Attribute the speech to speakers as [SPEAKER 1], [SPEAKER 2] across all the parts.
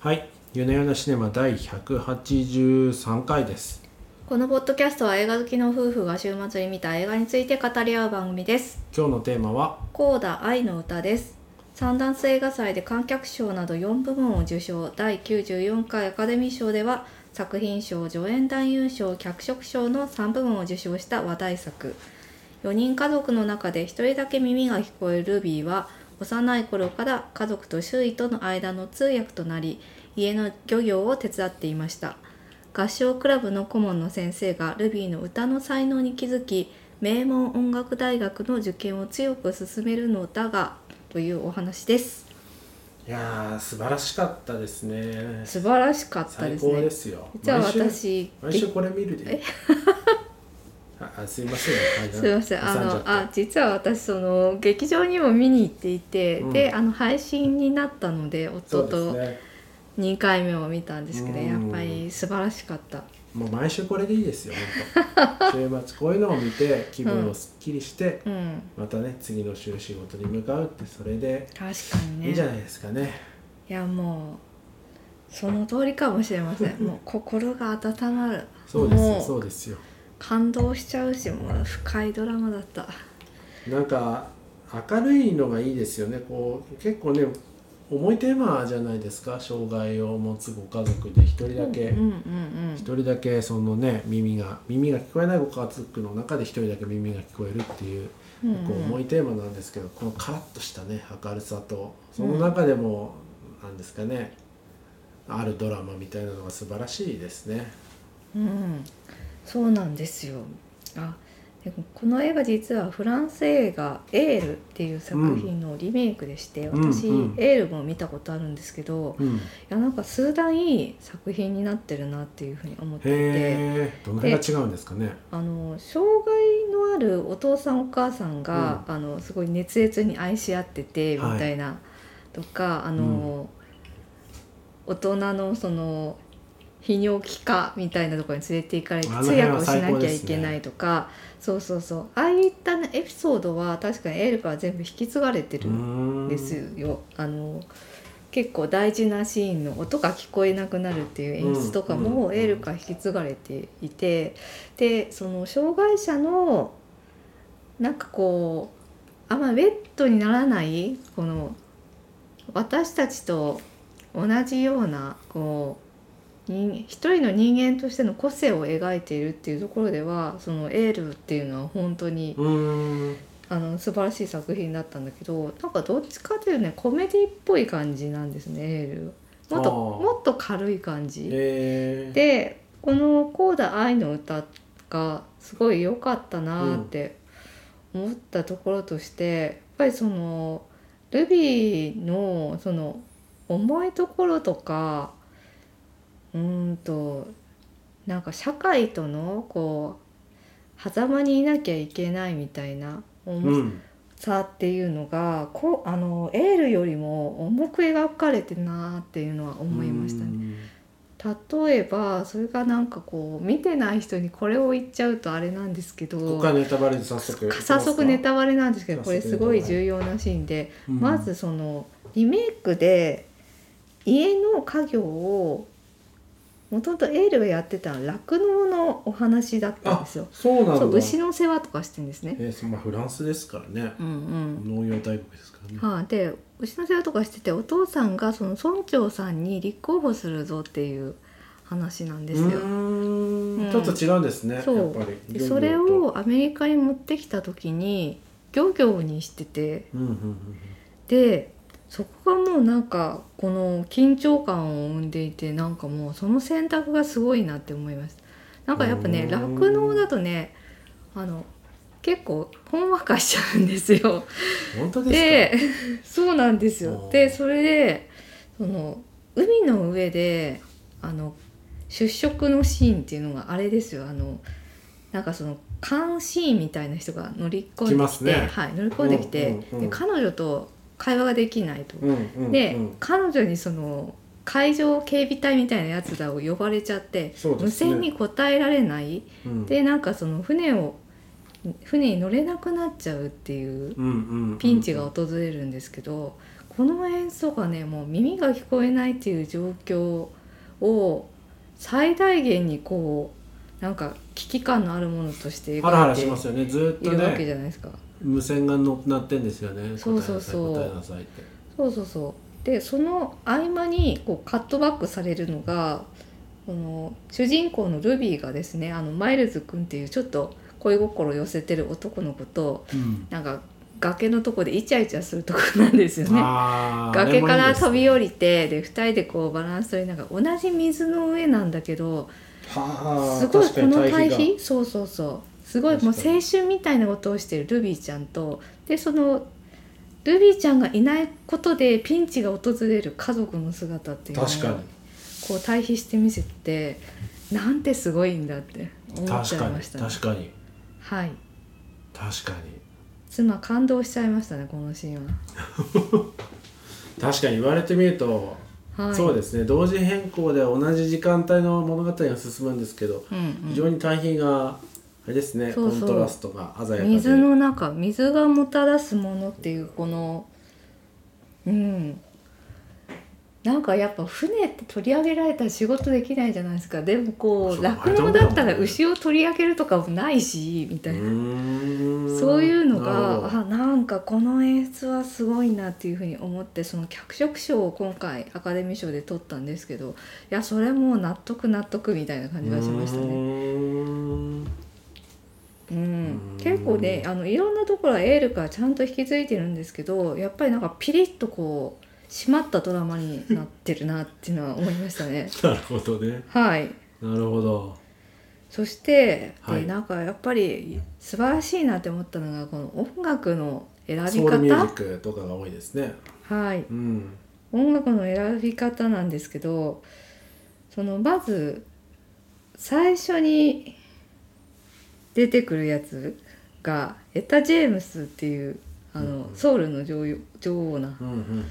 [SPEAKER 1] はい「夜な夜なシネマ」第183回です
[SPEAKER 2] このポッドキャストは映画好きの夫婦が週末に見た映画について語り合う番組です
[SPEAKER 1] 今日のテーマは
[SPEAKER 2] コーダ愛の歌ですサンダンス映画祭で観客賞など4部門を受賞第94回アカデミー賞では作品賞助演男優賞脚色賞の3部門を受賞した話題作4人家族の中で1人だけ耳が聞こえるルビーは幼い頃から家族と周囲との間の通訳となり家の漁業を手伝っていました合唱クラブの顧問の先生がルビーの歌の才能に気づき名門音楽大学の受験を強く勧めるのだがというお話です
[SPEAKER 1] いやー素晴らしかったですね
[SPEAKER 2] 素晴らしかった
[SPEAKER 1] 最
[SPEAKER 2] です
[SPEAKER 1] 高
[SPEAKER 2] ね
[SPEAKER 1] ですよ
[SPEAKER 2] じゃあ
[SPEAKER 1] 毎週
[SPEAKER 2] 私
[SPEAKER 1] 毎週これ見るで ああすいませんはい
[SPEAKER 2] すいませんあ
[SPEAKER 1] 挟じゃ
[SPEAKER 2] の
[SPEAKER 1] った
[SPEAKER 2] あ実は私その劇場にも見に行っていて、
[SPEAKER 1] うん
[SPEAKER 2] であの配信になったので
[SPEAKER 1] そ
[SPEAKER 2] 夫
[SPEAKER 1] うです
[SPEAKER 2] と
[SPEAKER 1] ね
[SPEAKER 2] 2回目を見たんですけど
[SPEAKER 1] うん
[SPEAKER 2] やっぱり素晴らしかった
[SPEAKER 1] もう毎週これでいい ですよ本当週末こういうのを見て気分をすっきりして、
[SPEAKER 2] うん
[SPEAKER 1] またね次の週仕事に向かうってそれで
[SPEAKER 2] 確かにね
[SPEAKER 1] いいじゃないですかね
[SPEAKER 2] いやもうその通りかもしれませ んもう心が温まる
[SPEAKER 1] そうですよ
[SPEAKER 2] も
[SPEAKER 1] そうですよ
[SPEAKER 2] 感動しちゃうしもう深いドラマだった
[SPEAKER 1] なんか明るいのがいいですよねこう結構ね重いテーマじゃないですか障害を持つご家族で一人だけ
[SPEAKER 2] うん
[SPEAKER 1] 一、
[SPEAKER 2] うんうん
[SPEAKER 1] 人だけそのね耳が耳が聞こえないご家族の中で一人だけ耳が聞こえるっていう
[SPEAKER 2] うん
[SPEAKER 1] 結構重いテーマなんですけど、このカラッとしたね明るさとその中でもなんですかね、あるドラマみたいなのが素晴らしいですね。
[SPEAKER 2] うんそうなんですよあでもこの映画実はフランス映画「エール」っていう作品のリメイクでして、
[SPEAKER 1] うん
[SPEAKER 2] 私、
[SPEAKER 1] うん
[SPEAKER 2] エール」も見たことあるんですけど、い
[SPEAKER 1] うん、
[SPEAKER 2] やなんか数段いい作品になってるなっていうふうに思っていて。
[SPEAKER 1] へえどの辺が違うんですかね。
[SPEAKER 2] あの障害のあるお父さんお母さんが、あのすごい熱烈に愛し合っててみ
[SPEAKER 1] はい
[SPEAKER 2] たいな、とかあの、大人のその泌尿器科みたいなところに連れて行かれて
[SPEAKER 1] あの
[SPEAKER 2] 通
[SPEAKER 1] 辺
[SPEAKER 2] 訳
[SPEAKER 1] は
[SPEAKER 2] をし
[SPEAKER 1] 最
[SPEAKER 2] な
[SPEAKER 1] 高
[SPEAKER 2] き
[SPEAKER 1] で
[SPEAKER 2] ゃい
[SPEAKER 1] すね
[SPEAKER 2] けないとか、そうそうそうああいった、ね、エピソードは確かにエールから全部引き継がれてる
[SPEAKER 1] ん
[SPEAKER 2] ですよ。あの結構大事なシーンの音が聞こえなくなるっていう演出とか
[SPEAKER 1] うん
[SPEAKER 2] もエールから引き継がれていて、でその障害者のなんかこうあんまウェットにならないこの私たちと同じようなこう人一人の人間としての個性を描いているっていうところではそのエールっていうのは本当に
[SPEAKER 1] うーん
[SPEAKER 2] あの素晴らしい作品だったんだけどなんかどっちかというとねコメディっぽい感じなんですねエールもっと
[SPEAKER 1] あー
[SPEAKER 2] もっと軽い感じ
[SPEAKER 1] えー
[SPEAKER 2] でこの「コーダ愛の歌」がすごい良かったなって思ったところとして、やっぱりそのルビーのその重いところとかうーんとなんか社会とのこう狭間にいなきゃいけないみたいな重
[SPEAKER 1] うん、
[SPEAKER 2] さっていうのがこうあのエールよりも重く描かれてるなっていうのは思いましたね。
[SPEAKER 1] ね。
[SPEAKER 2] 例えばそれがなんかこう見てない人にこれを言っちゃうとあれなんですけ
[SPEAKER 1] ここ
[SPEAKER 2] ど
[SPEAKER 1] からネタバレで早速。
[SPEAKER 2] 早速ネ。タバレなんですけどこれすごい重要なシーンで
[SPEAKER 1] うん
[SPEAKER 2] まず、そのリメイクで家の家業をもともとエールがやってた酪農のお話だったんですよ。
[SPEAKER 1] そうなんだ。
[SPEAKER 2] そう牛の世話とかしてるんですね。
[SPEAKER 1] えーそまあフランスですからね。
[SPEAKER 2] うんうん、
[SPEAKER 1] 農業大国ですからね。
[SPEAKER 2] はい、で牛の世話とかしててお父さんがその村長さんに立候補するぞっていう話なんです
[SPEAKER 1] う
[SPEAKER 2] よ。
[SPEAKER 1] ー
[SPEAKER 2] うんん
[SPEAKER 1] ちょっと違うんですね。やっぱ
[SPEAKER 2] そう
[SPEAKER 1] り。
[SPEAKER 2] でそれをアメリカに持ってきた時に漁業にしてて
[SPEAKER 1] うんうん
[SPEAKER 2] でそこがもうなんかこの緊張感を生んでいてなんかもうその選択がすごいなって思います。なんかやっぱね
[SPEAKER 1] うん
[SPEAKER 2] 酪農だとねあの結構ほんわかしちゃうんですよ。
[SPEAKER 1] うん。本当です
[SPEAKER 2] で そうなんです
[SPEAKER 1] お
[SPEAKER 2] よ
[SPEAKER 1] ー
[SPEAKER 2] でそれでその海の上であの出食のシーンっていうのがあれですよあのなんかその監視員みたいな人が乗り込んで
[SPEAKER 1] 来ま
[SPEAKER 2] き
[SPEAKER 1] す
[SPEAKER 2] て
[SPEAKER 1] ね
[SPEAKER 2] はい、乗り込んできて、
[SPEAKER 1] うんうんうん
[SPEAKER 2] で彼女と会話ができないと。
[SPEAKER 1] か。うんうんうん
[SPEAKER 2] で、彼女にその海上警備隊みたいなやつらを呼ばれちゃって、
[SPEAKER 1] そうで
[SPEAKER 2] 無
[SPEAKER 1] すね
[SPEAKER 2] 線に答えられない
[SPEAKER 1] うん、
[SPEAKER 2] でなんかその船を船に乗れなくなっちゃうっていう
[SPEAKER 1] うんうんうん
[SPEAKER 2] ピンチが訪れるんですけど、この演奏がねもう耳が聞こえないっていう状況を最大限にこうなんか危機感のあるものとして
[SPEAKER 1] ハラハ
[SPEAKER 2] 描
[SPEAKER 1] ラしま
[SPEAKER 2] い
[SPEAKER 1] すよねずって
[SPEAKER 2] い
[SPEAKER 1] と
[SPEAKER 2] るわけ
[SPEAKER 1] ね
[SPEAKER 2] じゃないですか。
[SPEAKER 1] 無線がの鳴ってんですよね
[SPEAKER 2] そうそうそう
[SPEAKER 1] 答えなさい答えなさいって
[SPEAKER 2] そうそうそうでその合間にこうカットバックされるのがこの主人公のルビーがですねあのマイルズ君っていうちょっと恋心を寄せてる男の子と
[SPEAKER 1] うん
[SPEAKER 2] なんか崖のとこでイチャイチャするとこなんですよね。
[SPEAKER 1] あーあれもい
[SPEAKER 2] 崖
[SPEAKER 1] いですね
[SPEAKER 2] から飛び降りてで2人でこうバランス取りながら同じ水の上なんだけど
[SPEAKER 1] はあ
[SPEAKER 2] すごい
[SPEAKER 1] 確
[SPEAKER 2] こ
[SPEAKER 1] かに
[SPEAKER 2] の対
[SPEAKER 1] 対比
[SPEAKER 2] 比そうそうそうすごいもう
[SPEAKER 1] 確かに
[SPEAKER 2] 青春みたいなことをしてるルビーちゃんとでそのルビーちゃんがいないことでピンチが訪れる家族の姿っていう
[SPEAKER 1] が
[SPEAKER 2] のを
[SPEAKER 1] 確かに
[SPEAKER 2] こう対比して見せてなんてすごいんだって思っ
[SPEAKER 1] 確
[SPEAKER 2] ちゃ
[SPEAKER 1] か
[SPEAKER 2] い
[SPEAKER 1] に
[SPEAKER 2] ましたね。
[SPEAKER 1] 確かに
[SPEAKER 2] はい
[SPEAKER 1] 確かに
[SPEAKER 2] 妻感動しちゃいましたねこのシーン
[SPEAKER 1] 確かに言われてみると、
[SPEAKER 2] は。はい、
[SPEAKER 1] そう
[SPEAKER 2] で
[SPEAKER 1] ですね同時変更で同じ時間帯の物語が進むんですけど、
[SPEAKER 2] す、うんうん
[SPEAKER 1] 非常に対比があれですね
[SPEAKER 2] そうそう
[SPEAKER 1] コントラストが鮮やかで
[SPEAKER 2] 水の中水がもたらすものっていうこのうんなんかやっぱ船って取り上げられたら仕事できないじゃないですかでもこ
[SPEAKER 1] そうう
[SPEAKER 2] 酪農だったら牛を取り上げるとかもないしみた
[SPEAKER 1] う
[SPEAKER 2] いな、
[SPEAKER 1] ーん
[SPEAKER 2] そういうの
[SPEAKER 1] なるほ
[SPEAKER 2] が
[SPEAKER 1] ど
[SPEAKER 2] あなんかこの演出はすごいなっていうふうに思ってその脚色賞を今回アカデミー賞で取ったんですけどいやそれもう納得納得みたいな感じがしましたね
[SPEAKER 1] う。ーん
[SPEAKER 2] うん
[SPEAKER 1] うん
[SPEAKER 2] 結構ねあのいろんなところはエールからちゃんと引き継いでるんですけどやっぱりなんかピリッとこう締まったドラマになってるなっていうのは思いました ね
[SPEAKER 1] なるほどね
[SPEAKER 2] はい
[SPEAKER 1] なるほど
[SPEAKER 2] そして、
[SPEAKER 1] はい
[SPEAKER 2] でなんかやっぱり素晴らしいなって思ったのがこの音楽の選び
[SPEAKER 1] ソウルミュージッ
[SPEAKER 2] 方
[SPEAKER 1] クとかが多いですね
[SPEAKER 2] はい
[SPEAKER 1] うん
[SPEAKER 2] 音楽の選び方なんですけどそのまず最初に出てくるやつがエタ・ジェームスっていうあの、
[SPEAKER 1] うん
[SPEAKER 2] ソウルの女優女王な
[SPEAKER 1] うんうんうんうん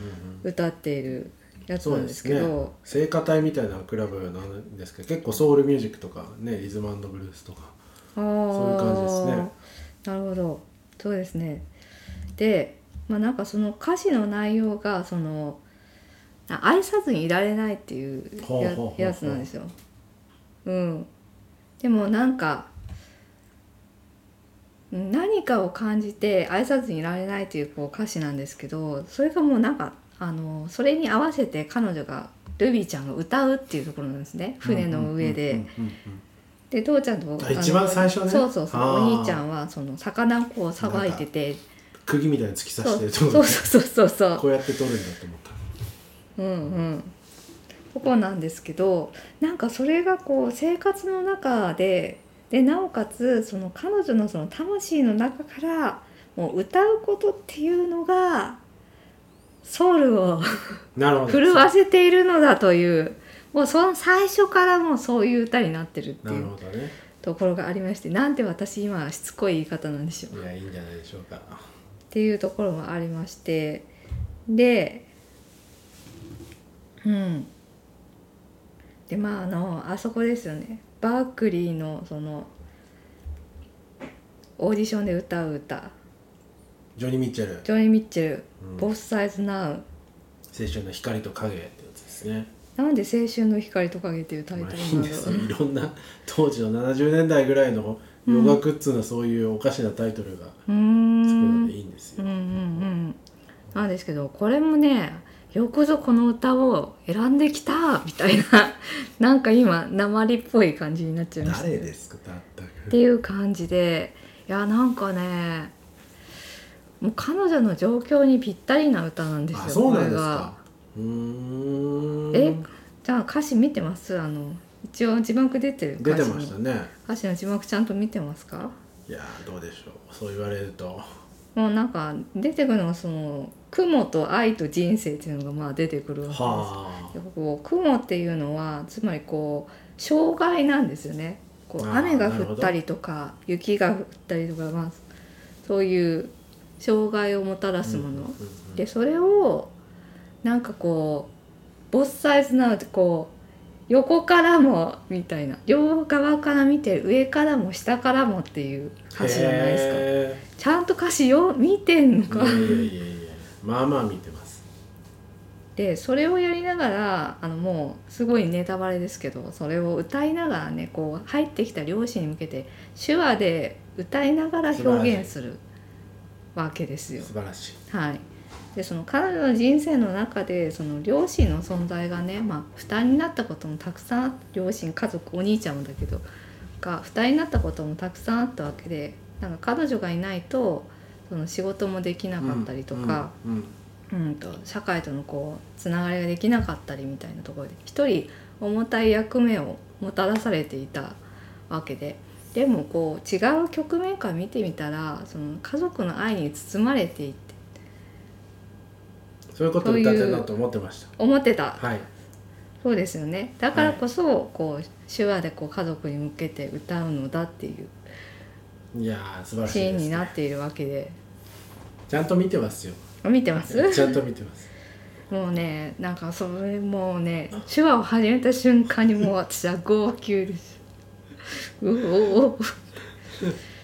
[SPEAKER 2] 歌っているやつ
[SPEAKER 1] そ
[SPEAKER 2] な
[SPEAKER 1] うんで
[SPEAKER 2] です
[SPEAKER 1] す
[SPEAKER 2] け
[SPEAKER 1] ね
[SPEAKER 2] ど
[SPEAKER 1] 聖歌隊みたいなクラブなんですけど結構ソウルミュージックとかねリズムブルースとか
[SPEAKER 2] あ
[SPEAKER 1] そういう感じです
[SPEAKER 2] ー
[SPEAKER 1] ね
[SPEAKER 2] なるほどそうですねでまあなんかその歌詞の内容がそのあ愛さずにいられないっていう
[SPEAKER 1] ほうほうほうほう
[SPEAKER 2] ややつなんですよ。うん、でもなんかうん何かを感じて愛さずにいられないっていうこう歌詞なんですけどそれがもうなんかあのそれに合わせて彼女がルビーちゃんが歌うっていうところなんですね船の上で。
[SPEAKER 1] うんうんうんうん
[SPEAKER 2] で父ちゃんと
[SPEAKER 1] あ
[SPEAKER 2] あの
[SPEAKER 1] 一番最初ね
[SPEAKER 2] そうそうそう
[SPEAKER 1] あー
[SPEAKER 2] お兄ちゃんはその魚をこうさばいてて
[SPEAKER 1] 釘みたいに突き刺
[SPEAKER 2] そ
[SPEAKER 1] して
[SPEAKER 2] う
[SPEAKER 1] ると
[SPEAKER 2] そう
[SPEAKER 1] こ
[SPEAKER 2] そう
[SPEAKER 1] ね
[SPEAKER 2] そうそうそう
[SPEAKER 1] こうやって撮るんだと思った
[SPEAKER 2] うんうんここなんですけどなんかそれがこう生活の中ででなおかつその彼女のその魂の中からもう歌うことっていうのがソウルを
[SPEAKER 1] なるほど
[SPEAKER 2] 震わせているのだというもうその最初からもうそういう歌になってるって
[SPEAKER 1] ないる
[SPEAKER 2] う
[SPEAKER 1] ほどね
[SPEAKER 2] ところがありましてなんて私今しつこい言い方なんでしょう
[SPEAKER 1] いやいいんじゃないでしょうか
[SPEAKER 2] っていうところもありましてでうんでまああのあそこですよねバークリーのそのオーディションで歌う歌
[SPEAKER 1] ジョニー・ミッチェル、
[SPEAKER 2] ジョニー・ミッチェル
[SPEAKER 1] う
[SPEAKER 2] 「
[SPEAKER 1] ん
[SPEAKER 2] ボ
[SPEAKER 1] 青
[SPEAKER 2] スサイズ・ナウ」
[SPEAKER 1] 春の光と影ってやつですね
[SPEAKER 2] なんで「青春の光と影」っていうタイ
[SPEAKER 1] ま
[SPEAKER 2] ト
[SPEAKER 1] あ
[SPEAKER 2] ル
[SPEAKER 1] いいん
[SPEAKER 2] な
[SPEAKER 1] です
[SPEAKER 2] の
[SPEAKER 1] ねいろんな当時の70年代ぐらいの洋楽っつうのはそういうおかしなタイトルが
[SPEAKER 2] うー
[SPEAKER 1] つくの
[SPEAKER 2] ん
[SPEAKER 1] でいいんです
[SPEAKER 2] う
[SPEAKER 1] よ
[SPEAKER 2] んうんうんなんですけどこれもねよくぞこの歌を選んできたみたいな なんか今鉛っぽい感じになっちゃいましたけ
[SPEAKER 1] 誰
[SPEAKER 2] ど
[SPEAKER 1] ですかだった
[SPEAKER 2] っ
[SPEAKER 1] く
[SPEAKER 2] ていう感じでいやなんかねもう彼女の状況にぴったりな歌なんですよ
[SPEAKER 1] あそうなんです
[SPEAKER 2] こ
[SPEAKER 1] かうーん
[SPEAKER 2] れがえじゃあ歌詞見てますあの一応字幕出てる
[SPEAKER 1] 出
[SPEAKER 2] 歌
[SPEAKER 1] て
[SPEAKER 2] 詞の
[SPEAKER 1] ましたね
[SPEAKER 2] 歌詞の字幕ちゃんと見てますか
[SPEAKER 1] いやーどうでしょうそう言われると
[SPEAKER 2] もうなんか出てくるのがその「雲と愛と人生」っていうのがまあ出てくるわけです
[SPEAKER 1] は
[SPEAKER 2] でこう雲っていうのはつまりこう障害なんですよねこう
[SPEAKER 1] あー
[SPEAKER 2] 雨が降ったりとか雪が降ったりとか、まあ、そういう障害をもたら
[SPEAKER 1] あ
[SPEAKER 2] すもの、
[SPEAKER 1] うんうんうん
[SPEAKER 2] でそれをなんかこうボスサイズなのでこう横からもみたいな両側から見て上からも下からもっていう歌詞じゃないですか
[SPEAKER 1] へ
[SPEAKER 2] ちゃんと歌詞を見てんの
[SPEAKER 1] ー
[SPEAKER 2] か
[SPEAKER 1] いやいやいやいやまあまあ見てます
[SPEAKER 2] でそれをやりながらあのもうすごいネタバレですけどそれを歌いながらねこう入ってきた漁師に向けて手話で歌いながら表現するわけですよ。
[SPEAKER 1] 素晴らしい
[SPEAKER 2] はい、でその彼女の人生の中でその両親の存在がね、まあ、負担になったこともたくさんあ両親家族お兄ちゃんもだけどが負担になったこともたくさんあったわけでなんか彼女がいないとその仕事もできなかったりとか、
[SPEAKER 1] うんうん
[SPEAKER 2] うんと社会とのこうつながりができなかったりみたいなところで一人重たい役目をもたらされていたわけで。でもこう違う局面から見てみたらその家族の愛に包まれていて
[SPEAKER 1] そういうことを歌ってるなと思ってました
[SPEAKER 2] 思ってた
[SPEAKER 1] はい
[SPEAKER 2] そうですよねだからこそ、こう手話でこう家族に向けて歌うのだっていう
[SPEAKER 1] いやー素晴らし
[SPEAKER 2] シ
[SPEAKER 1] い
[SPEAKER 2] ー
[SPEAKER 1] で
[SPEAKER 2] ンに
[SPEAKER 1] す、
[SPEAKER 2] な
[SPEAKER 1] ね
[SPEAKER 2] っ、ているわけで
[SPEAKER 1] ちゃんと見てますよ
[SPEAKER 2] 見てます
[SPEAKER 1] ちゃんと見てます
[SPEAKER 2] もうねなんかそれもうね手話を始めた瞬間にもう私は号泣です うおお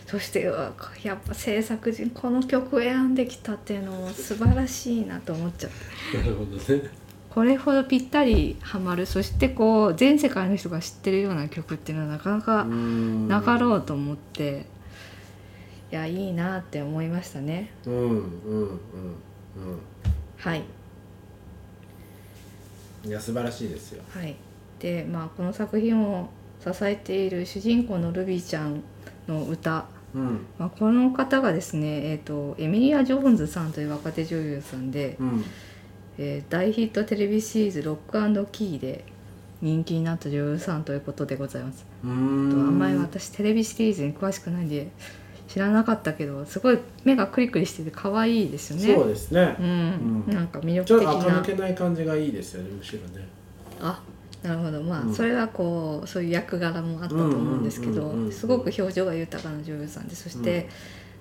[SPEAKER 2] そしてうわやっぱ制作陣この曲を選んできたっていうのも素晴らしいなと思っちゃった
[SPEAKER 1] なるほどね
[SPEAKER 2] これほどぴったりハマるそしてこう全世界の人が知ってるような曲っていうのはなかなか
[SPEAKER 1] うん
[SPEAKER 2] なかろうと思っていやいいなって思いましたね
[SPEAKER 1] うんうんうんうん
[SPEAKER 2] はい
[SPEAKER 1] いや素晴らしいですよ
[SPEAKER 2] はいでまあこの作品を支えている主人公のルビーちゃんの歌、
[SPEAKER 1] うん
[SPEAKER 2] まあ、この方がですね、えー、とエミリア・ジョーンズさんという若手女優さんで、
[SPEAKER 1] うん
[SPEAKER 2] えー大ヒットテレビシリーズ「ロックキー」で人気になった女優さんということでございます
[SPEAKER 1] う
[SPEAKER 2] あ
[SPEAKER 1] ん
[SPEAKER 2] んまり私テレビシリーズに詳しくないんで知らなかったけどすごい目がクリクリしてて可愛いですよね
[SPEAKER 1] そうですね
[SPEAKER 2] う、ん、
[SPEAKER 1] うん
[SPEAKER 2] なんか魅力
[SPEAKER 1] ちょっ
[SPEAKER 2] 的
[SPEAKER 1] と垢
[SPEAKER 2] な
[SPEAKER 1] 抜けない感じがいいですよねむしろね
[SPEAKER 2] あなるほどまあ、
[SPEAKER 1] うん
[SPEAKER 2] それはこうそういう役柄もあったと思うんですけど、
[SPEAKER 1] うんうんうんうん
[SPEAKER 2] すごく表情が豊かな女優さんでそして、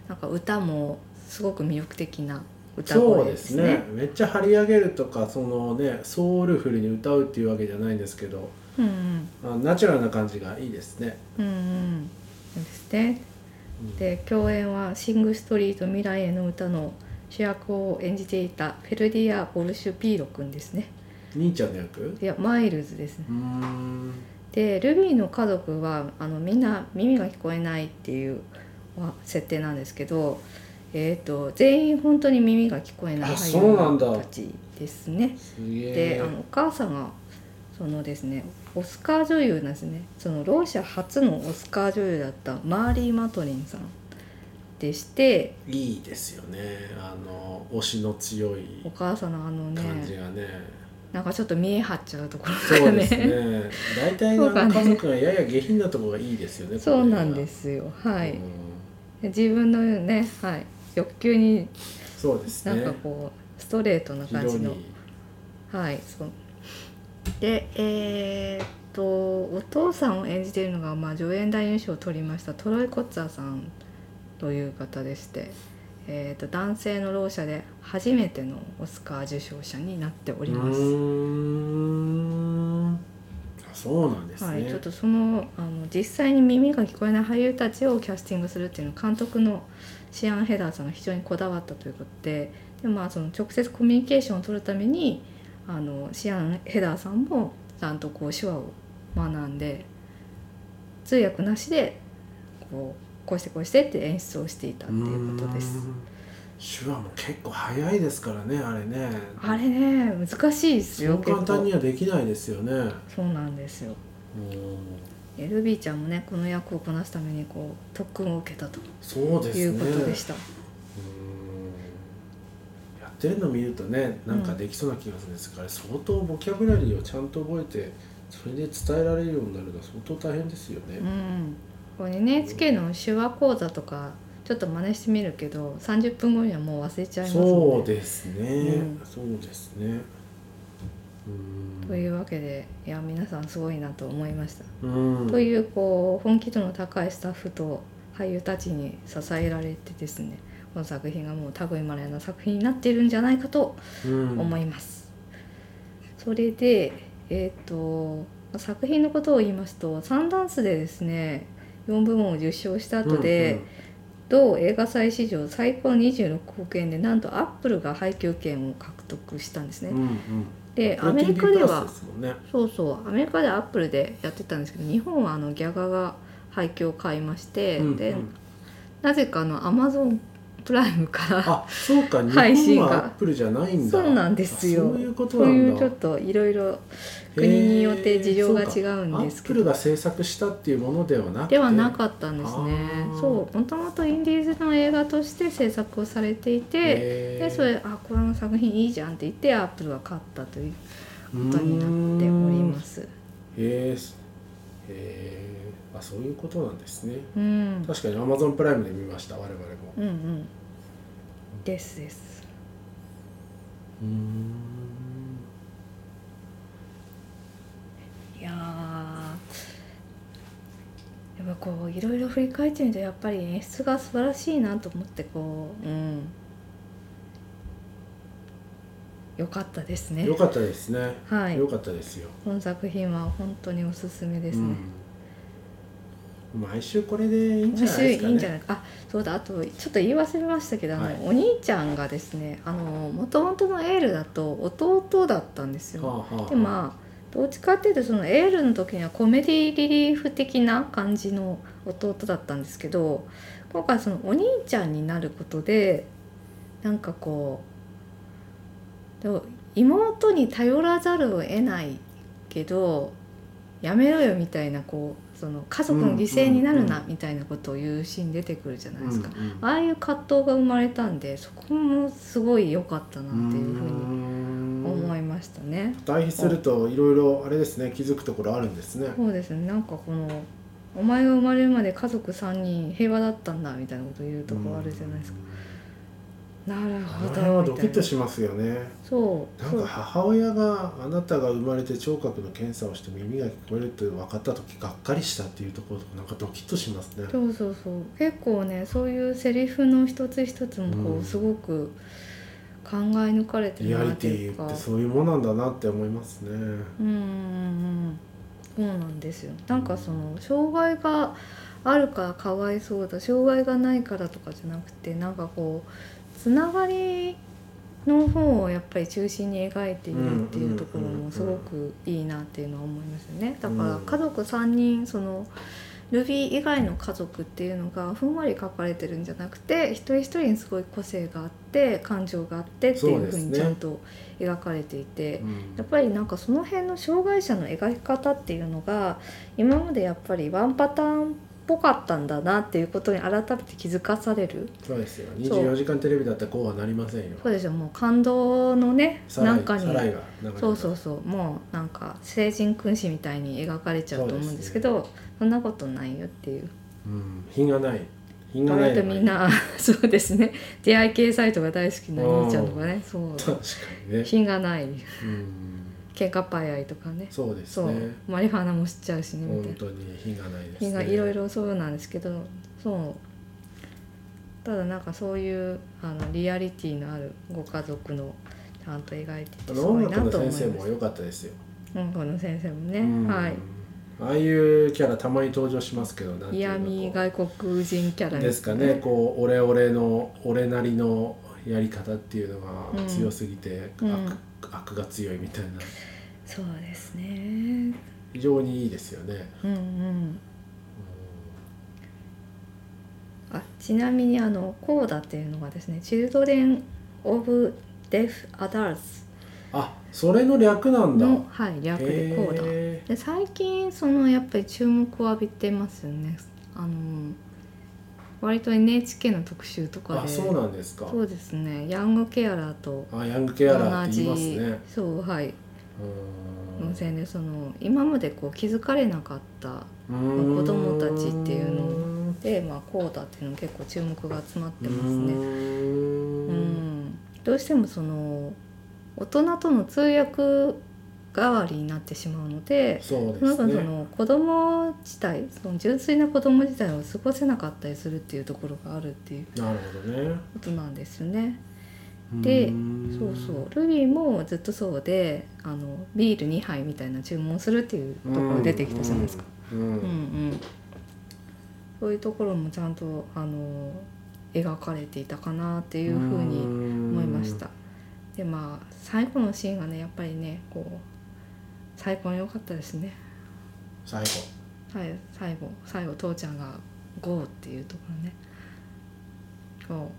[SPEAKER 2] なんか歌もすごく魅力的な歌
[SPEAKER 1] そう
[SPEAKER 2] 声
[SPEAKER 1] で
[SPEAKER 2] ですす
[SPEAKER 1] ね
[SPEAKER 2] ね
[SPEAKER 1] めっちゃ張り上げるとかそのねソウルフルに歌うっていうわけじゃないんですけど
[SPEAKER 2] うんうん
[SPEAKER 1] あナチュラルな感じがいいですね、
[SPEAKER 2] うんうんそうですね
[SPEAKER 1] うん
[SPEAKER 2] で共演は「シング・ストリート未来への歌」の主役を演じていたフェルディア・ボルシュピーロ君ですね
[SPEAKER 1] 兄ちゃんの役う
[SPEAKER 2] いやマイルズですね
[SPEAKER 1] ーん
[SPEAKER 2] でルビーの家族はあのみんな耳が聞こえないっていうわ設定なんですけど、えー、と全員本当に耳が聞こえない
[SPEAKER 1] あそうなんだ
[SPEAKER 2] 俳優たちですね。
[SPEAKER 1] すげ
[SPEAKER 2] で
[SPEAKER 1] え
[SPEAKER 2] あのお母さんがそのですねオスカー女優なんですねそのろう者初のオスカー女優だったマーリー・マトリンさんでして
[SPEAKER 1] いいですよねあの推しの強い
[SPEAKER 2] お母さんのあの
[SPEAKER 1] 感じ
[SPEAKER 2] ね
[SPEAKER 1] がね
[SPEAKER 2] なんかちょっと見え張っちゃうところ
[SPEAKER 1] そ
[SPEAKER 2] が
[SPEAKER 1] うで
[SPEAKER 2] ね
[SPEAKER 1] すね大体
[SPEAKER 2] そうか
[SPEAKER 1] なん
[SPEAKER 2] ね
[SPEAKER 1] か家族がやや下品なところがいいですよね
[SPEAKER 2] そうなんですすよはい自分のね、はい、欲求に
[SPEAKER 1] そうです
[SPEAKER 2] なん
[SPEAKER 1] ね
[SPEAKER 2] かこうストレートな
[SPEAKER 1] 非常
[SPEAKER 2] 感じの
[SPEAKER 1] に
[SPEAKER 2] はいそうでえーっとお父さんを演じているのが、まあ、助演男優賞を取りましたトロイ・コッツァーさんという方でして、えーっと男性のろう者で初めてのオスカー受賞者になっております。
[SPEAKER 1] うーんあそうなんですね、
[SPEAKER 2] はい、ちょっとそのあの実際に耳が聞こえない俳優たちをキャスティングするっていうのは監督のシアン・ヘダーさんが非常にこだわったということでで、まあ、その直接コミュニケーションを取るためにあのシアン・ヘダーさんもちゃんとこう手話を学んで通訳なしでこうこうしてこうしてって演出をしていたっていうことです。
[SPEAKER 1] うーん手話も結構早いですからねあれね
[SPEAKER 2] あれね難しいです
[SPEAKER 1] そ
[SPEAKER 2] よ
[SPEAKER 1] う簡単に
[SPEAKER 2] 結
[SPEAKER 1] はできないですよねうん
[SPEAKER 2] 構そうなんですよでルビーちゃんもねこの役をこなすためにこう特訓を受けたと
[SPEAKER 1] そうですね
[SPEAKER 2] いうことでした。
[SPEAKER 1] うんやってるの見るとねなんかできそうな気がするんですから、相当ボキャブラリーをちゃんと覚えてそれで伝えられるようになるのは相当大変ですよね、
[SPEAKER 2] うん、これ NHK の手話講座とかちょっと真似してみるけど30分後にはもう忘れちゃいます
[SPEAKER 1] そう
[SPEAKER 2] ので
[SPEAKER 1] ですね、
[SPEAKER 2] うん
[SPEAKER 1] そうですねうん
[SPEAKER 2] というわけでいや皆さんすごいなと思いました、
[SPEAKER 1] うん
[SPEAKER 2] というこう本気度の高いスタッフと俳優たちに支えられてですねこの作品がもう類まれな作品になっているんじゃないかと
[SPEAKER 1] うん
[SPEAKER 2] 思います、それでえっ、と作品のことを言いますとサンダンスでですね4部門を受賞した後で、同映画祭史上最高26億円でなんとアップルが配給権を獲得したんですね、
[SPEAKER 1] うんうんうん
[SPEAKER 2] で
[SPEAKER 1] プロテイン
[SPEAKER 2] アメリカでは
[SPEAKER 1] リバースですもんね
[SPEAKER 2] そうそうアメリカでアップルでやってたんですけど日本はあのギャガが廃墟を買いまして、
[SPEAKER 1] うん
[SPEAKER 2] で
[SPEAKER 1] うん
[SPEAKER 2] なぜかあのアマゾンプライムから
[SPEAKER 1] あそうか日
[SPEAKER 2] 配
[SPEAKER 1] 本
[SPEAKER 2] 信
[SPEAKER 1] は
[SPEAKER 2] が
[SPEAKER 1] アップルじゃないんだ
[SPEAKER 2] そうなんですよ
[SPEAKER 1] あそういうこと
[SPEAKER 2] そう
[SPEAKER 1] ないん
[SPEAKER 2] う
[SPEAKER 1] だ
[SPEAKER 2] ちょっといろいろ国によって事情が違うんですけ
[SPEAKER 1] アップル
[SPEAKER 2] ど
[SPEAKER 1] が制作したっていうものではなくて
[SPEAKER 2] ではなかったんですね
[SPEAKER 1] あー
[SPEAKER 2] そうもともとインディーズの映画として制作をされていて
[SPEAKER 1] へー
[SPEAKER 2] でそれあこの作品いいじゃんって言ってアップルは買ったという
[SPEAKER 1] うー
[SPEAKER 2] こ
[SPEAKER 1] ん
[SPEAKER 2] とになっております
[SPEAKER 1] へーへーあそういうことなんですね
[SPEAKER 2] うん
[SPEAKER 1] 確かに Amazon プライムで見ました我々も
[SPEAKER 2] うんうんですです
[SPEAKER 1] うーん
[SPEAKER 2] いやーやっぱこういろいろ振り返ってみるとやっぱり演出が素晴らしいなと思ってこううん良かったですね
[SPEAKER 1] よかったですね
[SPEAKER 2] はい
[SPEAKER 1] よかったですよ
[SPEAKER 2] この作品は本当におすすめですね、
[SPEAKER 1] うん、毎週これでいいんじゃな
[SPEAKER 2] 面
[SPEAKER 1] い
[SPEAKER 2] 白い
[SPEAKER 1] で
[SPEAKER 2] い
[SPEAKER 1] すか
[SPEAKER 2] いんじゃ
[SPEAKER 1] ね
[SPEAKER 2] ないかあそうだあとちょっと言い忘れましたけど、
[SPEAKER 1] はい
[SPEAKER 2] あのお兄ちゃんがですねあの元々のエールだと弟だったんですよ、
[SPEAKER 1] はあはあ
[SPEAKER 2] でまあどっちかっていうとそのエールの時にはコメディリリーフ的な感じの弟だったんですけど今回そのお兄ちゃんになることでなんかこうでも妹に頼らざるを得ないけどやめろよみたいなこうその家族の犠牲になる
[SPEAKER 1] うん
[SPEAKER 2] な
[SPEAKER 1] うん
[SPEAKER 2] みたいなことを言うシーン出てくるじゃないですか、
[SPEAKER 1] うんうん
[SPEAKER 2] ああいう葛藤が生まれたんでそこもすごい良かったなっていうふうに思いましたね。
[SPEAKER 1] 対比するといろいろあれですね気づくところあるんですね
[SPEAKER 2] そうですねなんかこの「お前が生まれるまで家族3人平和だったんだ」みたいなこと言うとこあるじゃないですか。なる
[SPEAKER 1] あ
[SPEAKER 2] ほ
[SPEAKER 1] の
[SPEAKER 2] ど
[SPEAKER 1] 辺はドキッと
[SPEAKER 2] みたいな
[SPEAKER 1] しますよね
[SPEAKER 2] そう
[SPEAKER 1] なん
[SPEAKER 2] そ
[SPEAKER 1] か
[SPEAKER 2] う
[SPEAKER 1] 母親があなたが生まれて聴覚の検査をして耳が聞こえるって分かった時がっかりしたっていうところとかなんかドキッとしますね
[SPEAKER 2] そうそうそう結構ねそういうセリフの一つ一つもこ
[SPEAKER 1] う
[SPEAKER 2] うんすごく考え抜かれて
[SPEAKER 1] リ
[SPEAKER 2] る
[SPEAKER 1] アリ
[SPEAKER 2] なっ
[SPEAKER 1] テ
[SPEAKER 2] ていう
[SPEAKER 1] ィ
[SPEAKER 2] か
[SPEAKER 1] ってそういうものなんだなって思いますね
[SPEAKER 2] うんうんうんそうなんですよなんかその障害があるからかわいそうだ障害がないからとかじゃなくてなんかこうつながりの方をやっぱり中心に描いているっていうところ
[SPEAKER 1] うんうんうんう
[SPEAKER 2] も
[SPEAKER 1] ん
[SPEAKER 2] すごくいいなっていうのは思いますよねだか
[SPEAKER 1] う
[SPEAKER 2] ら
[SPEAKER 1] ん
[SPEAKER 2] 家族3人そのルビー以外の家族っていうのがふんわり書かれてるんじゃなくて一人一人にすごい個性があって感情があってっていうふう
[SPEAKER 1] そうです
[SPEAKER 2] に
[SPEAKER 1] ね
[SPEAKER 2] ちゃんと描かれていて。
[SPEAKER 1] うん
[SPEAKER 2] やっぱりなんかその辺の障害者の描き方っていうのが今までやっぱりワンパターンっぽかったんだなっていうことに改めて気づかされる
[SPEAKER 1] そうですよ
[SPEAKER 2] そう
[SPEAKER 1] 24時間テレビだったらこうはなりませんよ
[SPEAKER 2] そうですよもう感動のね
[SPEAKER 1] サラ
[SPEAKER 2] な
[SPEAKER 1] イ
[SPEAKER 2] んかに
[SPEAKER 1] サライが流れてた
[SPEAKER 2] そうそうそうもうなんか成人君子みたいに描かれちゃうと思うんですけどそんなことないよっていう
[SPEAKER 1] うん、品がない品がな
[SPEAKER 2] 割
[SPEAKER 1] い
[SPEAKER 2] と
[SPEAKER 1] のがい
[SPEAKER 2] み
[SPEAKER 1] い
[SPEAKER 2] んな そうですね出会い系サイトが大好きな兄ちゃんとかねそう
[SPEAKER 1] 確かにね、
[SPEAKER 2] 品がない
[SPEAKER 1] うん、
[SPEAKER 2] 喧嘩っ早いとかね
[SPEAKER 1] そうです
[SPEAKER 2] そう
[SPEAKER 1] ね
[SPEAKER 2] マリファナも知っちゃうしねみたいな
[SPEAKER 1] 本。当に品がないです、ね、
[SPEAKER 2] 品がいろいろそうなんですけどそうただなんかそういうあのリアリティのあるご家族のちゃんと描いて
[SPEAKER 1] あ
[SPEAKER 2] てす
[SPEAKER 1] の
[SPEAKER 2] ご
[SPEAKER 1] 音
[SPEAKER 2] いな
[SPEAKER 1] 楽の
[SPEAKER 2] と思い
[SPEAKER 1] 先
[SPEAKER 2] ます
[SPEAKER 1] 生も良かったですよ、
[SPEAKER 2] 音楽の先生もね、
[SPEAKER 1] うん
[SPEAKER 2] はい
[SPEAKER 1] ああいうキャラたまに登場しますけどなんていう
[SPEAKER 2] 嫌
[SPEAKER 1] の
[SPEAKER 2] 味
[SPEAKER 1] こ
[SPEAKER 2] 外国人キャ
[SPEAKER 1] う
[SPEAKER 2] ラ
[SPEAKER 1] ですかねこう俺俺の俺なりのやり方っていうのが強すぎて、
[SPEAKER 2] うん
[SPEAKER 1] 悪悪が強いみたいな
[SPEAKER 2] そうですね
[SPEAKER 1] 非常にいいですよね、
[SPEAKER 2] うんうんあちなみにあのコーダっていうのがですね「Children of Deaf Adults
[SPEAKER 1] あそれの略なんだ、
[SPEAKER 2] の」はい、略でコーダ。
[SPEAKER 1] へ
[SPEAKER 2] で最近そのやっぱり注目を浴びてますよねあの割と NHK の特集とかで
[SPEAKER 1] あそうなんですか
[SPEAKER 2] そうですねヤングケアラーと
[SPEAKER 1] あヤング
[SPEAKER 2] 同
[SPEAKER 1] ケアラーって言います
[SPEAKER 2] じ、
[SPEAKER 1] ね
[SPEAKER 2] そうはい
[SPEAKER 1] うん
[SPEAKER 2] 温泉でその今までこう気づかれなかった
[SPEAKER 1] うん
[SPEAKER 2] 子供たちっていうのでまあこうだっていうの結構注目が集まってますね
[SPEAKER 1] うー
[SPEAKER 2] うんんどうしてもその大人との通訳代わりになってしまうので
[SPEAKER 1] そうで
[SPEAKER 2] な
[SPEAKER 1] す
[SPEAKER 2] んかそ
[SPEAKER 1] ね。
[SPEAKER 2] の子供自体その純粋な子供自体を過ごせなかったりするっていうところがあるっていう
[SPEAKER 1] なるほどね。
[SPEAKER 2] ことなんですよね。で
[SPEAKER 1] ーん
[SPEAKER 2] そうそうルビーもずっとそうであのビール2杯みたいな注文するっていうところが出てきたじゃないですか。。
[SPEAKER 1] うんうん
[SPEAKER 2] うんうん、そういうところもちゃんとあの描かれていたかなっていうふうに思いまし。た。でまあ最後のシーンがねやっぱりねこう最高に良かったですね
[SPEAKER 1] 最後
[SPEAKER 2] はい最後最後父ちゃんが「ゴー」っていうところねこ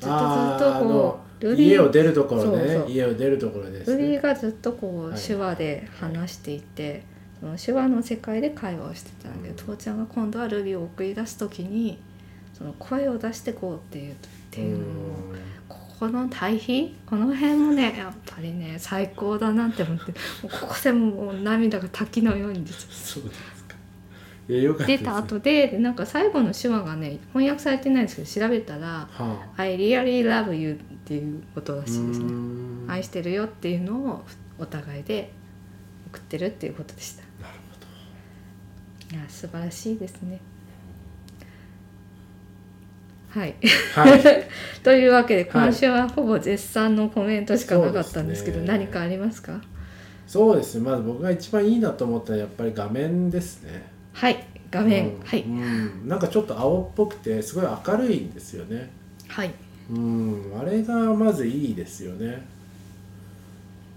[SPEAKER 2] うずっとずっとこ
[SPEAKER 1] あ
[SPEAKER 2] う
[SPEAKER 1] ーあの
[SPEAKER 2] ルリ
[SPEAKER 1] 家
[SPEAKER 2] ー
[SPEAKER 1] を出るところね
[SPEAKER 2] そうそう
[SPEAKER 1] 家を出るところです
[SPEAKER 2] ルリ
[SPEAKER 1] ね
[SPEAKER 2] ーがずっとこ
[SPEAKER 1] は
[SPEAKER 2] う
[SPEAKER 1] い
[SPEAKER 2] 手話で話していて、その手話の世界で会話をしてたんだけど、父ちゃんが今度はルビーを送り出す時にその声を出してこうっていうっていうの
[SPEAKER 1] う
[SPEAKER 2] を
[SPEAKER 1] ん
[SPEAKER 2] ここの対比この辺もねやっぱりね最高だなって思ってもうここでもう涙が滝のように出ちゃう
[SPEAKER 1] そうですかいやよかったで
[SPEAKER 2] 出
[SPEAKER 1] す
[SPEAKER 2] た後ででなんか最後の手話がね翻訳されてないんですけど調べたら
[SPEAKER 1] は
[SPEAKER 2] 「I really love you」っていうことら
[SPEAKER 1] あ
[SPEAKER 2] しいですね。
[SPEAKER 1] ね
[SPEAKER 2] 愛してるよっていうのをお互いで送ってるっていうことでした
[SPEAKER 1] なるほど
[SPEAKER 2] いや素晴らしいですねはい、
[SPEAKER 1] はい、
[SPEAKER 2] というわけで
[SPEAKER 1] はい
[SPEAKER 2] 今週はほぼ絶賛のコメントしかなかったんですけど
[SPEAKER 1] そうですね
[SPEAKER 2] 何かありますか
[SPEAKER 1] そうですねまず僕が一番いいなと思ったのはやっぱり画面ですね
[SPEAKER 2] はい画面、
[SPEAKER 1] うん
[SPEAKER 2] はい
[SPEAKER 1] うん、なんかちょっと青っぽくてすごい明るいんですよね
[SPEAKER 2] はい
[SPEAKER 1] うんあれがまずいいですよね、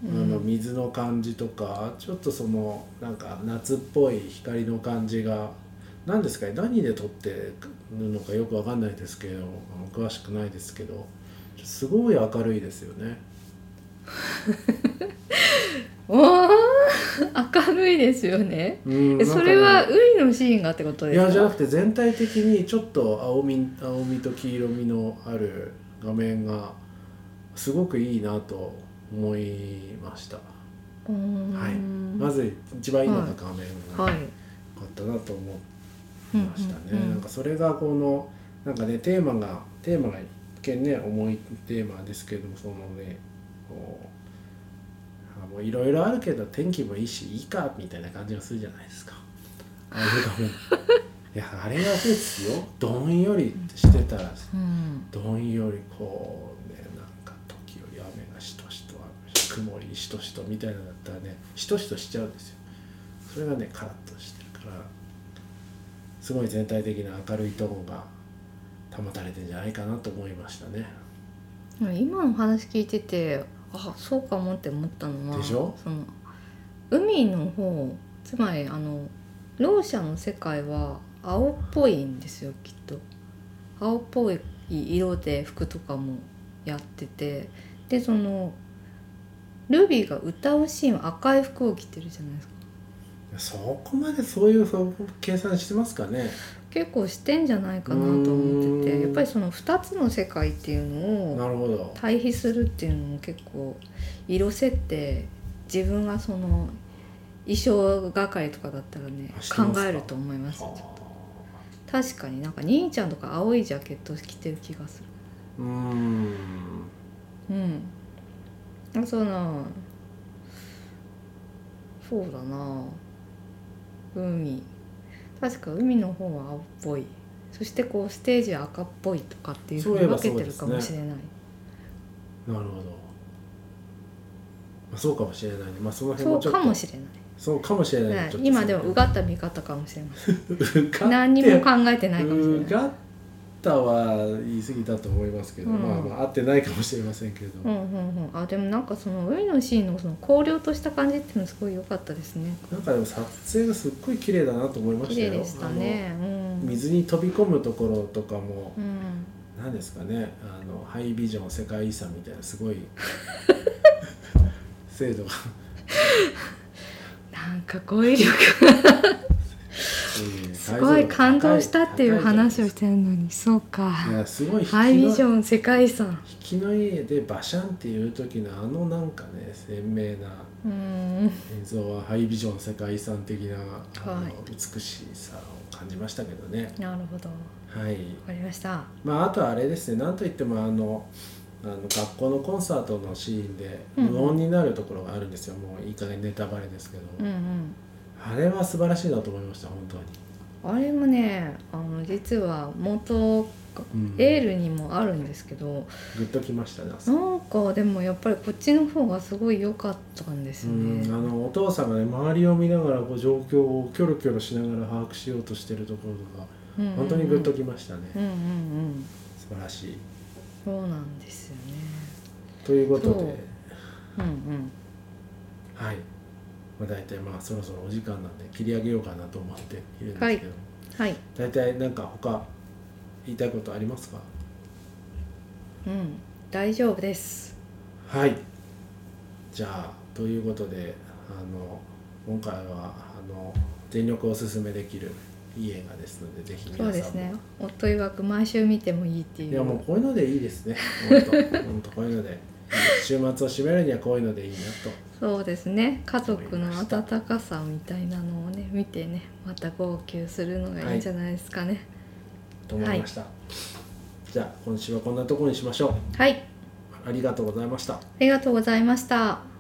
[SPEAKER 2] う
[SPEAKER 1] あの
[SPEAKER 2] ん
[SPEAKER 1] 水の感じとかちょっとそのなんか夏っぽい光の感じが何ですかね何で撮ってるのかよくわかんないですけどあの詳しくないですけどすごい明るいですよね
[SPEAKER 2] おー 明るいですよね
[SPEAKER 1] うん
[SPEAKER 2] え
[SPEAKER 1] なん
[SPEAKER 2] そ
[SPEAKER 1] かね
[SPEAKER 2] れはウイのシーンがってこと
[SPEAKER 1] い
[SPEAKER 2] ですか
[SPEAKER 1] やじゃなくて全体的にちょっと青み青みと黄色みのある画面がすごくいいなと思いました、
[SPEAKER 2] うーん
[SPEAKER 1] は
[SPEAKER 2] はいい、
[SPEAKER 1] まず一番いいのが画面が
[SPEAKER 2] は
[SPEAKER 1] 良
[SPEAKER 2] い
[SPEAKER 1] かったなと思いましたね、
[SPEAKER 2] うんうんうん
[SPEAKER 1] なんかそれがこのなんかねテーマがテーマが一見ね重いテーマですけどもそのねこうあもういろいろあるけど天気もいいしいいかみたいな感じがするじゃない ですかあれがもういやあれがですよどんよりしてたら
[SPEAKER 2] うん
[SPEAKER 1] どんよりこうねなんか時折雨がしとしと曇りしとしとみたいなのだったらねしとしとしちゃうんですよそれがねカラッとしてるからすごい全体的な明るいトーンが保たれてんじゃないかなと思いましたね
[SPEAKER 2] 今のお話聞いててあそうかもって思ったのは
[SPEAKER 1] でしょ
[SPEAKER 2] その海の方つまりあのろう者の世界は青っぽいんですよきっと青っぽい色で服とかもやっててでそのルビーが歌うシーンは赤い服を着てるじゃないですか
[SPEAKER 1] そこまでそういうそう計算してますかね
[SPEAKER 2] 結構してんじゃないかなと思って
[SPEAKER 1] うー
[SPEAKER 2] て
[SPEAKER 1] ん
[SPEAKER 2] やっぱりその2つの世界っていうのを
[SPEAKER 1] なるほど
[SPEAKER 2] 対比するっていうのも結構色設定自分がその衣装係とかだったらね
[SPEAKER 1] あ知って
[SPEAKER 2] 考
[SPEAKER 1] ますか
[SPEAKER 2] えると思います
[SPEAKER 1] は
[SPEAKER 2] 確かになんか兄ちゃんとか青いジャケット着てる気がす
[SPEAKER 1] あうーん
[SPEAKER 2] るうんあそうなそうだな海確か海の方は青っぽいそしてこうステージは赤っぽいとかっていうふうに分けてるかもしれない
[SPEAKER 1] なるほど、まあ、そうかもしれないねまあその辺
[SPEAKER 2] そ
[SPEAKER 1] も
[SPEAKER 2] う
[SPEAKER 1] ちょっ
[SPEAKER 2] かも
[SPEAKER 1] と
[SPEAKER 2] しれない
[SPEAKER 1] そうかもしれない、
[SPEAKER 2] ね
[SPEAKER 1] ちょっと
[SPEAKER 2] 今でもうがった見方かもしれません
[SPEAKER 1] うがって
[SPEAKER 2] 何にも考えてないかもしれ
[SPEAKER 1] う
[SPEAKER 2] ない
[SPEAKER 1] がったは言い過ぎだと思いますけど、
[SPEAKER 2] うん
[SPEAKER 1] まあまあ合ってないかもしれませんけど、
[SPEAKER 2] うんうんうんあでもなんかその海のシーンのその荒涼とした感じっていうのすごい良かったですね
[SPEAKER 1] なんかでも撮影がすっごい綺麗だなと思いまし
[SPEAKER 2] 綺
[SPEAKER 1] たよ
[SPEAKER 2] 麗でしたねう
[SPEAKER 1] あの
[SPEAKER 2] ん
[SPEAKER 1] 水に飛び込むところとかも
[SPEAKER 2] う、ん
[SPEAKER 1] なんですかねあのハイビジョン世界遺産みたいなすご い精度が
[SPEAKER 2] なんか語彙力す
[SPEAKER 1] す
[SPEAKER 2] ごい感動したっていう話をしててるのにそうか
[SPEAKER 1] いやすごい引きの
[SPEAKER 2] ハイビジョン世界遺産
[SPEAKER 1] 引きのいいでバシャンっていう時のあのなんかね鮮明な
[SPEAKER 2] うん
[SPEAKER 1] 映像はハイビジョン世界遺産的な、あの
[SPEAKER 2] はい
[SPEAKER 1] 美しさを感じましたけどね。
[SPEAKER 2] なるほどわ
[SPEAKER 1] はい。
[SPEAKER 2] かりました
[SPEAKER 1] まああとはあれですね。なんといってもあのあの学校のコンサートのシーンで
[SPEAKER 2] うん
[SPEAKER 1] 無音になるところがあるんですよ。もういい加減ネタバレですけど、
[SPEAKER 2] うんうん
[SPEAKER 1] あれは素晴らしいなと思いました本当に。
[SPEAKER 2] あれもねあの実は元
[SPEAKER 1] うん
[SPEAKER 2] エールにもあるんですけど、
[SPEAKER 1] グッときましたね。あそこ
[SPEAKER 2] なんかでもやっぱりこっちの方がすごい良かったんです
[SPEAKER 1] う
[SPEAKER 2] よ
[SPEAKER 1] ん
[SPEAKER 2] ね。
[SPEAKER 1] あのお父さんがね周りを見ながらこう状況をキョロキョロしながら把握しようとしてるところとか
[SPEAKER 2] うんうんうん
[SPEAKER 1] 本当にグッときましたね、
[SPEAKER 2] うんうんうん。
[SPEAKER 1] 素晴らしい
[SPEAKER 2] そうなんですよね。
[SPEAKER 1] ということ
[SPEAKER 2] そう
[SPEAKER 1] で
[SPEAKER 2] うんうん
[SPEAKER 1] はい、まあ、大体まあそろそろお時間なんで切り上げようかなと思っているんですけど、
[SPEAKER 2] はい
[SPEAKER 1] 大体なんか他言いたいことありますか
[SPEAKER 2] うん大丈夫です
[SPEAKER 1] はいじゃあということであの今回はあの全力おすすめできるいい映画ですのでぜひ皆さん
[SPEAKER 2] そう
[SPEAKER 1] も
[SPEAKER 2] ですね夫曰く毎週見てもいいっていう
[SPEAKER 1] いやもうこういうのでいいですね本当本当こういうので週末を締めるにはこういうのでいいな
[SPEAKER 2] そうですね家族の温かさみたいなのをね見てねまた号泣するのがいいんじゃないですかね
[SPEAKER 1] とと思いました、じゃあ今週はこんなところにしましょう
[SPEAKER 2] はい、あ
[SPEAKER 1] ありがとうございました
[SPEAKER 2] りがとうございました